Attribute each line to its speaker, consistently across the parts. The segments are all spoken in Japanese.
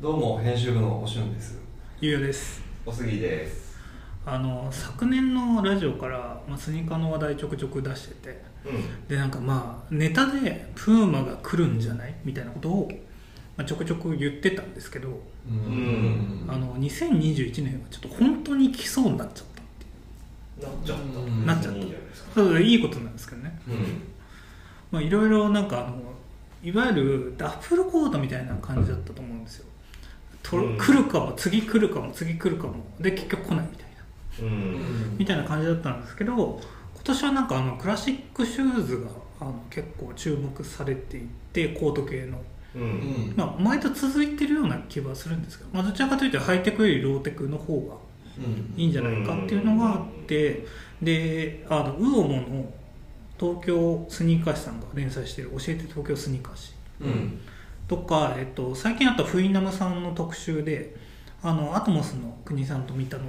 Speaker 1: どうも編集部のおしゅんです
Speaker 2: ゆうやです
Speaker 3: おすぎです。
Speaker 2: あの昨年のラジオから、まあ、スニーカーの話題ちょくちょく出してて
Speaker 3: うん。
Speaker 2: でなんかまあネタでプーマが来るんじゃないみたいなことを、まあ、ちょくちょく言ってたんですけど、
Speaker 1: うん
Speaker 2: あの2021年はちょっと本当に来そうになっちゃったってい
Speaker 3: なっちゃった。
Speaker 1: うん
Speaker 2: なっちゃった
Speaker 3: いいんじゃないですか。
Speaker 2: うそういいことなんですけどね
Speaker 3: うん。
Speaker 2: まあいろいろなんかあのいわゆるダブルコードみたいな感じだったと思うんですよと、
Speaker 3: うん
Speaker 2: 来るかも次来るかも次来るかもで結局来ないみたいな
Speaker 3: うん。
Speaker 2: みたいな感じだったんですけど今年はなんかあのクラシックシューズがあの結構注目されていてコート系の、
Speaker 3: う。
Speaker 1: うんん
Speaker 2: まあ、前と続いてるような気はするんですけど、まあ、どちらかというとハイテクよりローテクの方がいいんじゃないかっていうのがあってであのウオモの東京スニーカー誌さんが連載してる「教えて東京スニーカー誌」
Speaker 1: うん
Speaker 2: とか、えっと、最近あったフイナムさんの特集であのアトモスの国さんと三田の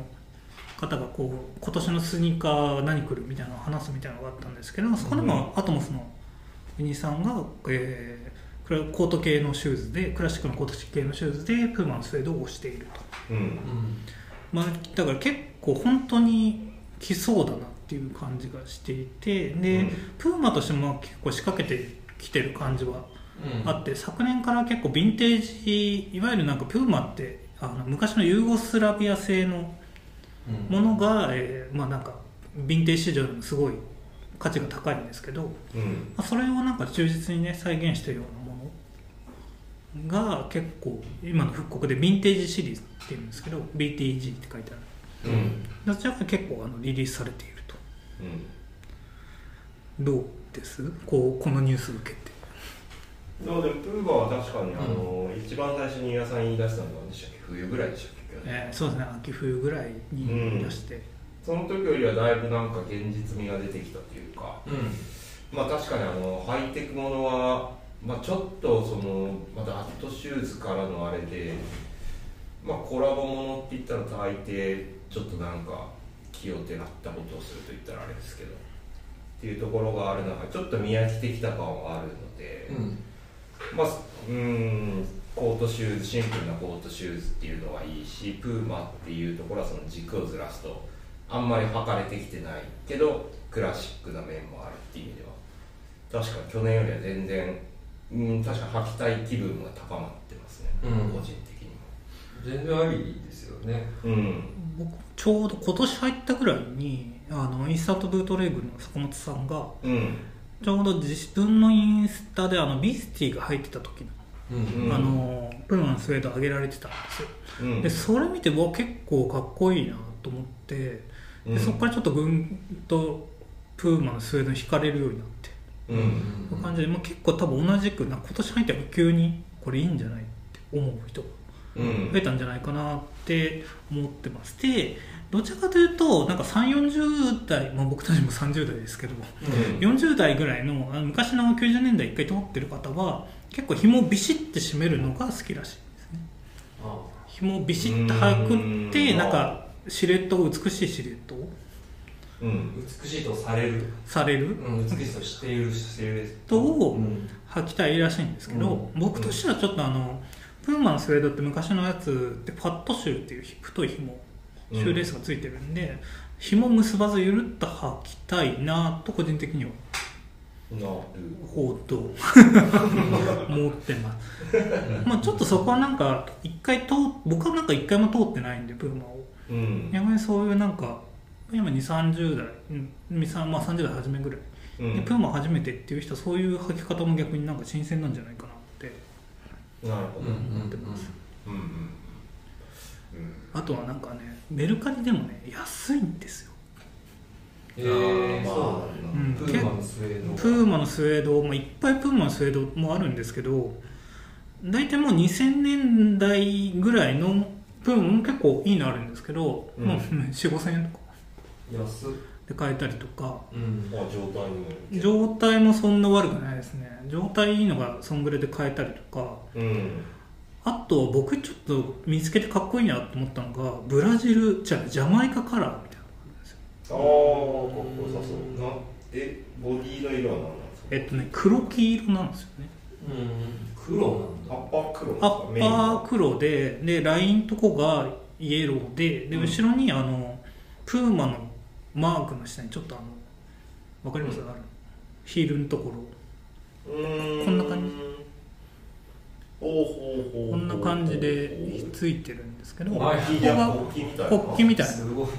Speaker 2: 方がこう今年のスニーカー何来るみたいなのを話すみたいなのがあったんですけどそこでもアトモスの国さんが、えークラコート系のシューズでクラシックのコート系のシューズでプーマのスウェードを推していると、
Speaker 3: うん。
Speaker 2: まあ、だから結構本当に来そうだなっていう感じがしていてで、
Speaker 3: うん
Speaker 2: プーマとしても結構仕掛けてきてる感じは
Speaker 1: うん
Speaker 2: あって昨年から結構ヴィンテージいわゆるなんかプーマってあの昔のユーゴスラビア製の
Speaker 1: うん
Speaker 2: ものが、えーまあなんかヴィンテージ市場でもすごい価値が高いんですけど、ま
Speaker 3: うん。
Speaker 2: あ、それをなんか忠実にね再現してるようなものが結構今の復刻でヴィンテージシリーズっていうんですけど BTG って書いてある
Speaker 3: うん。うん。
Speaker 2: どちらか結構あのリリースされているとどうですこうこのニュース受けて
Speaker 3: なのでプーバーは確かにあの一番最初に皆さん言い出したのは何でしたっけ冬ぐらいでしたっけ去年。
Speaker 2: えーそうですね秋冬ぐらいに出して、
Speaker 3: その時よりはだいぶなんか現実味が出てきたというか、
Speaker 1: うん
Speaker 3: まあ確かにあのハイテクものはまあちょっとそのまたアットシューズからのあれで、まあコラボものって言ったら大抵ちょっとなんか気をてらったことをすると言ったらあれですけど。っていうところがある中ちょっと見飽きてきた感はあるので、
Speaker 1: うん
Speaker 3: まあうーんコートシューズシンプルなコートシューズっていうのはいいしプーマっていうところはその軸をずらすとあんまり履かれてきてないけどクラシックな面もあるっていう意味では確か去年よりは全然うん確か履きたい気分が高まってますね、
Speaker 1: うん
Speaker 3: 個人的にも
Speaker 1: 全然ありですよね
Speaker 3: うん
Speaker 2: 僕ちょうど今年入ったぐらいにあのインスタントブートレーグルの坂本さんが
Speaker 3: うん
Speaker 2: ちょうど自分のインスタであのビスティが入ってた時の,、
Speaker 1: うん
Speaker 3: うん
Speaker 2: あのプロのスウェード上げられてたんですよ
Speaker 3: うん
Speaker 2: でそれ見て僕結構かっこいいなと思ってで
Speaker 3: うん
Speaker 2: そこからちょっとぐんとプーマのスウェードに惹かれるようになって
Speaker 3: う
Speaker 1: うん
Speaker 2: こういう感じで、まあ、結構多分同じくな今年入っても急にこれいいんじゃないって思う人が
Speaker 3: うん
Speaker 2: 増えたんじゃないかなって思ってますでどちらかというとなんか3 4 0代、まあ、僕たちも30代ですけど
Speaker 3: うん
Speaker 2: 40代ぐらいのあの昔の90年代一回通ってる方は結構紐をビシッて締めるのが好きらしいですね
Speaker 1: あ
Speaker 2: 紐をビシッと履くっ
Speaker 3: う
Speaker 2: て
Speaker 3: ん
Speaker 2: なんかシルエットを美しいシルエットを
Speaker 3: うん
Speaker 1: 美しいとされる
Speaker 2: される
Speaker 1: うん美しいとしているしている
Speaker 2: 人を
Speaker 1: うん
Speaker 2: 履きたいらしいんですけど、僕としてはちょっとあのプーマのスウェードって昔のやつってファットシューっていう太い紐
Speaker 3: うん
Speaker 2: シューレースがついてるんで、紐結ばずゆるっと履きたいなと個人的には
Speaker 3: なる
Speaker 2: ほう と思ってますまあちょっとそこはなんか一回通僕はなんか一回も通ってないんでプーマを
Speaker 3: うん
Speaker 2: やっぱりそういうなんか今2 3 0代うん23まあ、30代初めぐらい、
Speaker 3: うん
Speaker 2: でプーマ初めてっていう人はそういう履き方も逆になんか新鮮なんじゃないかなって
Speaker 3: なるほ
Speaker 1: うん
Speaker 3: ど
Speaker 1: う
Speaker 2: 思っ
Speaker 1: ん
Speaker 2: てます、
Speaker 3: うんうんうん
Speaker 2: あとはなんかねメルカリでもね安いんですよ
Speaker 1: えー
Speaker 3: まあ
Speaker 1: そう
Speaker 3: う
Speaker 2: うん
Speaker 1: プーマのスウェード
Speaker 2: プーマのスウェード、まあ、いっぱいプーマのスウェードもあるんですけど大体もう2000年代ぐらいのプーマも結構いいのあるんですけど、
Speaker 3: うん
Speaker 2: まあ、4 5 0 0 0円とか
Speaker 1: 安っ
Speaker 2: で買えたりとか
Speaker 1: うん
Speaker 3: まあ状態にもよるけど
Speaker 2: 状態もそんな悪くないですね状態いいのがそんぐらいで買えたりとか
Speaker 3: うん
Speaker 2: あとは僕ちょっと見つけてかっこいいなと思ったのがブラジルじゃあジャマイカカラーみたいなのがあるんですよ
Speaker 3: ああかっこよさそうなえボディの色は何なんですか
Speaker 2: えっとね黒黄色なんですよね
Speaker 1: うん黒なん
Speaker 3: ア
Speaker 1: だ
Speaker 3: ッパー黒
Speaker 2: アッパー黒ででラインとこがイエローでで
Speaker 3: うん
Speaker 2: 後ろにあのプーマのマークの下にちょっとあのわかります、
Speaker 3: う
Speaker 2: あるヒールのところ
Speaker 3: うー
Speaker 2: こんな感じ
Speaker 3: ほうほうほうほう
Speaker 2: こんな感じでひっついてるんですけどここ
Speaker 3: 国
Speaker 1: はい
Speaker 3: 旗じゃ
Speaker 2: が
Speaker 3: 国旗みたいな
Speaker 2: 国旗みたいな
Speaker 1: すごいな
Speaker 3: かっ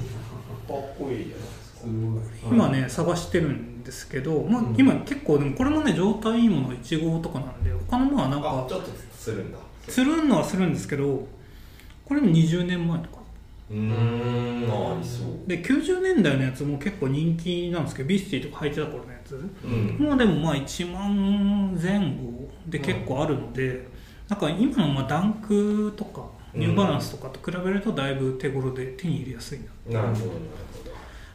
Speaker 3: こいいじゃないですか
Speaker 1: すごい
Speaker 2: 今ね探してるんですけど、まあ
Speaker 1: うん、
Speaker 2: 今結構でもこれもね状態いいもの1号とかなんで他のものはなん
Speaker 3: あ
Speaker 2: か
Speaker 3: ちょっとするんだ
Speaker 2: つるんのはするんですけどこれも20年前とか
Speaker 3: うーんありそう
Speaker 2: で90年代のやつも結構人気なんですけどビスティとか履いてた頃のやつ
Speaker 3: うん
Speaker 2: もうでもまあ1万前後で
Speaker 1: うん
Speaker 2: 結構あるので、なんか今のまあダンクとかニューバランスとかと比べるとだいぶ手頃で手に入れやすいな
Speaker 3: なるほどなる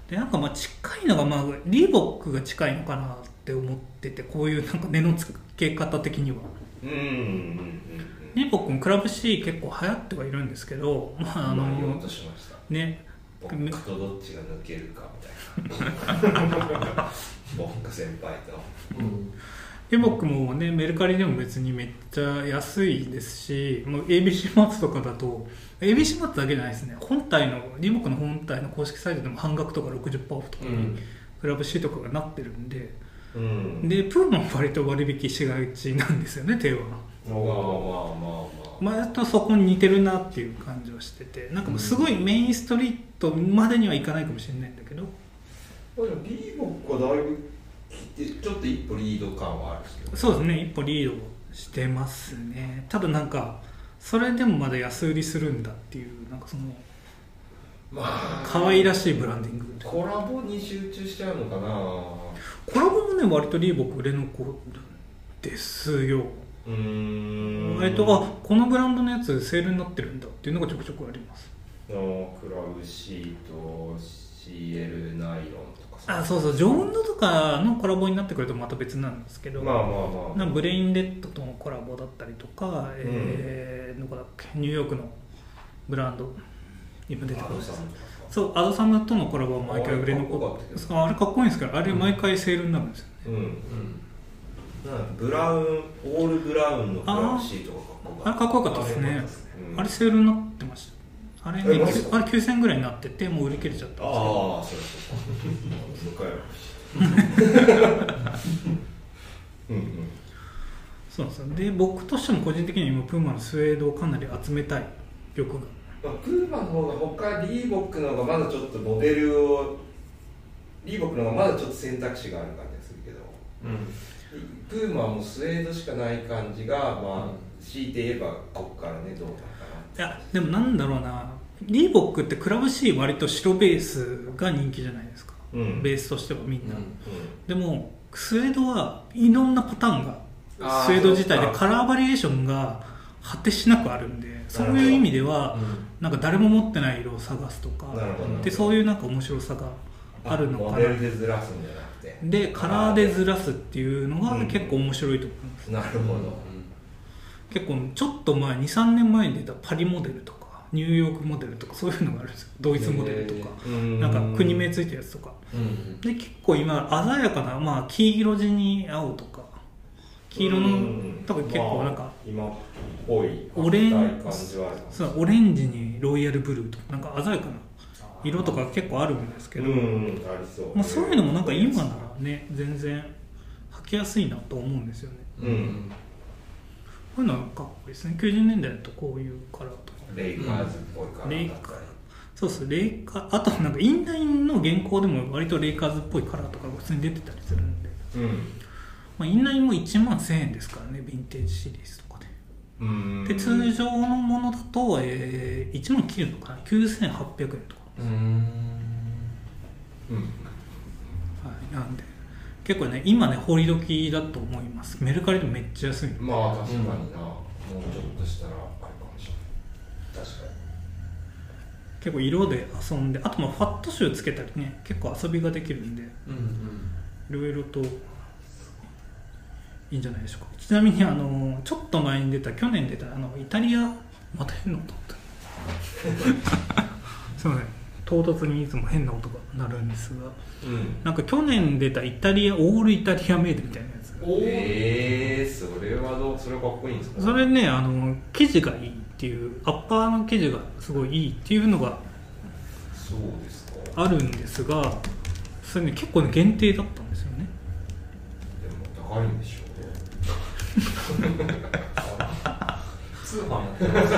Speaker 2: でなんかまあ近いのがまあリーボックが近いのかなって思っててこういうなんか値の付け方的には
Speaker 3: ほどうんうんうん
Speaker 2: リーボックもクラブ C 結構流行ってはいるんですけどまああ
Speaker 3: うん今言おう
Speaker 2: の
Speaker 3: としました
Speaker 2: ね
Speaker 3: ボックとどっちが抜けるかみた いなボック先輩と
Speaker 1: うん
Speaker 2: リーボックもねメルカリでも別にめっちゃ安いですしもう ABC マッツとかだと ABC マッツだけじゃないですね本体のリーボックの本体の公式サイトでも半額とか60%オフとか
Speaker 1: う
Speaker 2: に、
Speaker 1: ん
Speaker 2: クラブ C とかがなってるんで
Speaker 3: うん
Speaker 2: でプーマも割と割引しがちなんですよね 手は。
Speaker 3: まあまあまあまあ
Speaker 2: まあ、とそこに似てるなっていう感じはしててなんかもうすごいメインストリートまでにはいかないかもしれないんだけど
Speaker 3: まあでもリーボックはだいぶ来てちょっと一歩リード感はあるんですけど
Speaker 2: そうですね一歩リードしてますねただなんかそれでもまだ安売りするんだっていうなんかその
Speaker 3: まあ
Speaker 2: 可愛らしいブランディング
Speaker 3: コラボに集中しちゃうのかな
Speaker 2: コラボもね割とリーボック売れ残るんですよ
Speaker 3: うーん
Speaker 2: 割とあこのブランドのやつセールになってるんだっていうのがちょくちょくあります
Speaker 3: のクラブシート CL ナイロンとか
Speaker 2: あそうそうジョーンドとかのコラボになってくるとまた別なんですけど
Speaker 3: まあまあま
Speaker 2: な
Speaker 3: あ
Speaker 2: ブレインレッドとのコラボだったりとか、えー、どこだっけニューヨークのブランド今出て
Speaker 3: ア
Speaker 2: こない
Speaker 3: ド
Speaker 2: で
Speaker 3: さん
Speaker 2: す
Speaker 3: とか
Speaker 2: そうアドサムとのコラボは毎回売れ残ってそうあれかっこいいんですけどあれ毎回セールになるんですよね、
Speaker 3: うん
Speaker 1: うん
Speaker 3: なんかブラウンオールブラウンのクラブシートがかっこよ
Speaker 2: あれ
Speaker 3: かっ
Speaker 2: かっこよかったです
Speaker 1: あれ
Speaker 2: ね
Speaker 1: かっこよ
Speaker 2: あ
Speaker 1: かったですね
Speaker 2: れ
Speaker 3: たうん
Speaker 2: セールになってましたあれ,、
Speaker 3: えマジか
Speaker 2: あれ9000円ぐらいになっててもう売り切れちゃったんですけど
Speaker 3: ああそうそうそうそうかよ うんうん
Speaker 2: そうなんですよで僕としても個人的には今プーマのスウェードをかなり集めたい欲が
Speaker 3: まあ、プーマの方が他リーボックの方がまだちょっとモデルをリーボックの方がまだちょっと選択肢がある感じがするけど
Speaker 1: うん
Speaker 3: プーマはもうスウェードしかない感じがま
Speaker 1: う
Speaker 3: あ強いて言えばここからねどうなるか
Speaker 2: いやでもなんだろうなリーボックってクラブ C 割と白ベースが人気じゃないですか、
Speaker 3: なうん
Speaker 2: ベ
Speaker 3: う
Speaker 2: ースとしてはみんな、
Speaker 1: うん
Speaker 2: でもスウェードはいろんなパターンが
Speaker 3: あー
Speaker 2: スウェード自体
Speaker 3: そ
Speaker 2: で
Speaker 3: うか
Speaker 2: カラーバリエーションが果てしなくあるんでそういう意味ではなんか誰も持ってない色を探すとか
Speaker 3: なるほど
Speaker 2: でそういうなんか面白さがあるのか
Speaker 3: モ
Speaker 2: な
Speaker 3: デルでずらすんじゃなくて
Speaker 2: でカラーでずらすっていうのが結構面白いと思います、
Speaker 3: なるほど、
Speaker 2: 結構ちょっと前23年前に出たパリモデルとかニューヨークモデルとかそういうのがあるんですよドイツモデルとか、
Speaker 3: うん
Speaker 2: なんか国名ついたやつとか
Speaker 1: うんうん
Speaker 2: で結構今鮮やかな、まあ、黄色地に青とか黄色
Speaker 3: う
Speaker 2: の
Speaker 3: ん
Speaker 2: 多分結構なんか、
Speaker 3: まあ今っぽい
Speaker 2: オレン
Speaker 3: 硬い感じはある
Speaker 2: そうオレンジにロイヤルブルーとかなんか鮮やかな色とか結構あるんですけど、
Speaker 3: うんありそう
Speaker 2: まあ、そういうのもなんか今ならね全然履きやすいなと思うんですよね
Speaker 1: うんうん
Speaker 2: こういうのはかっこいいですね90年代だとこういうカラーとか
Speaker 3: レイカーズっぽいカラ
Speaker 2: レイ
Speaker 3: ー
Speaker 2: カ
Speaker 3: だったり
Speaker 2: そうそうレイカあとなんかインラインの原稿でも割とレイカーズっぽいカラーとかが普通に出てたりするんで、
Speaker 3: うん
Speaker 2: まあ、インラインも1万1000円ですからねヴィンテージシリーズとかで
Speaker 3: うん
Speaker 2: で通常のものだと、えー、1万切るのかな9800円とか、
Speaker 1: うん
Speaker 3: うん
Speaker 2: はい、なんで結構ね今ね掘り時だと思いますメルカリでもめっちゃ安いの
Speaker 3: まあ確かにな、もうちょっとしたらあれかもしれない確か
Speaker 2: 結構色で遊んであとまあファット臭つけたりね結構遊びができるんで
Speaker 1: うん
Speaker 2: いろいろといいんじゃないでしょうかちなみにあのちょっと前に出た去年出たあのイタリアまた変な音だった すいません唐突にいつも変な音が鳴るんですが
Speaker 3: にうん
Speaker 2: なんか去年出たイタリアオールイタリアメイドみたいなやつ
Speaker 1: おー
Speaker 3: ええそれはどうそれはかっこいいんですか
Speaker 2: それねあの生地がいいっていうアッパーの生地がすごいいいっていうのが
Speaker 3: そうですかでも
Speaker 2: あるんですがそれね結構ね限定だったんですよね
Speaker 3: 高いんでしょうね
Speaker 1: 通販やってます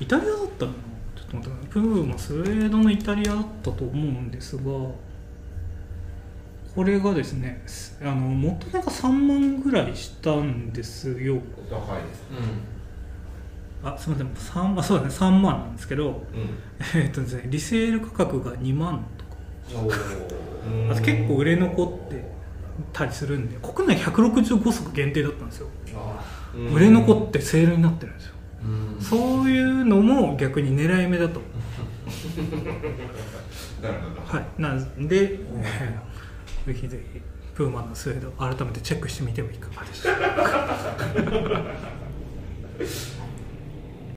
Speaker 2: イタリアだったのかなちょっと待ってくださいプーマスウェードのイタリアだったと思うんですがこれがですねすあの元値が3万ぐらいしたんですよ
Speaker 3: お高いです
Speaker 1: う
Speaker 2: あすみません3万そうだね3万なんですけど
Speaker 3: う
Speaker 2: えーっとですねリセール価格が2万とか
Speaker 1: んお
Speaker 3: ん
Speaker 2: あと結構売れ残ってたりするんで国内165足限定だったんですよ
Speaker 1: あ
Speaker 3: うん
Speaker 2: 売れ残ってセールになってるんですよ
Speaker 1: うん
Speaker 2: そういうのも逆に狙い目だと
Speaker 3: なるほど
Speaker 2: はい、なんで、えーぜひぜひプーマンのスウェードを改めてチェックしてみてはいかがでしょうか
Speaker 3: なる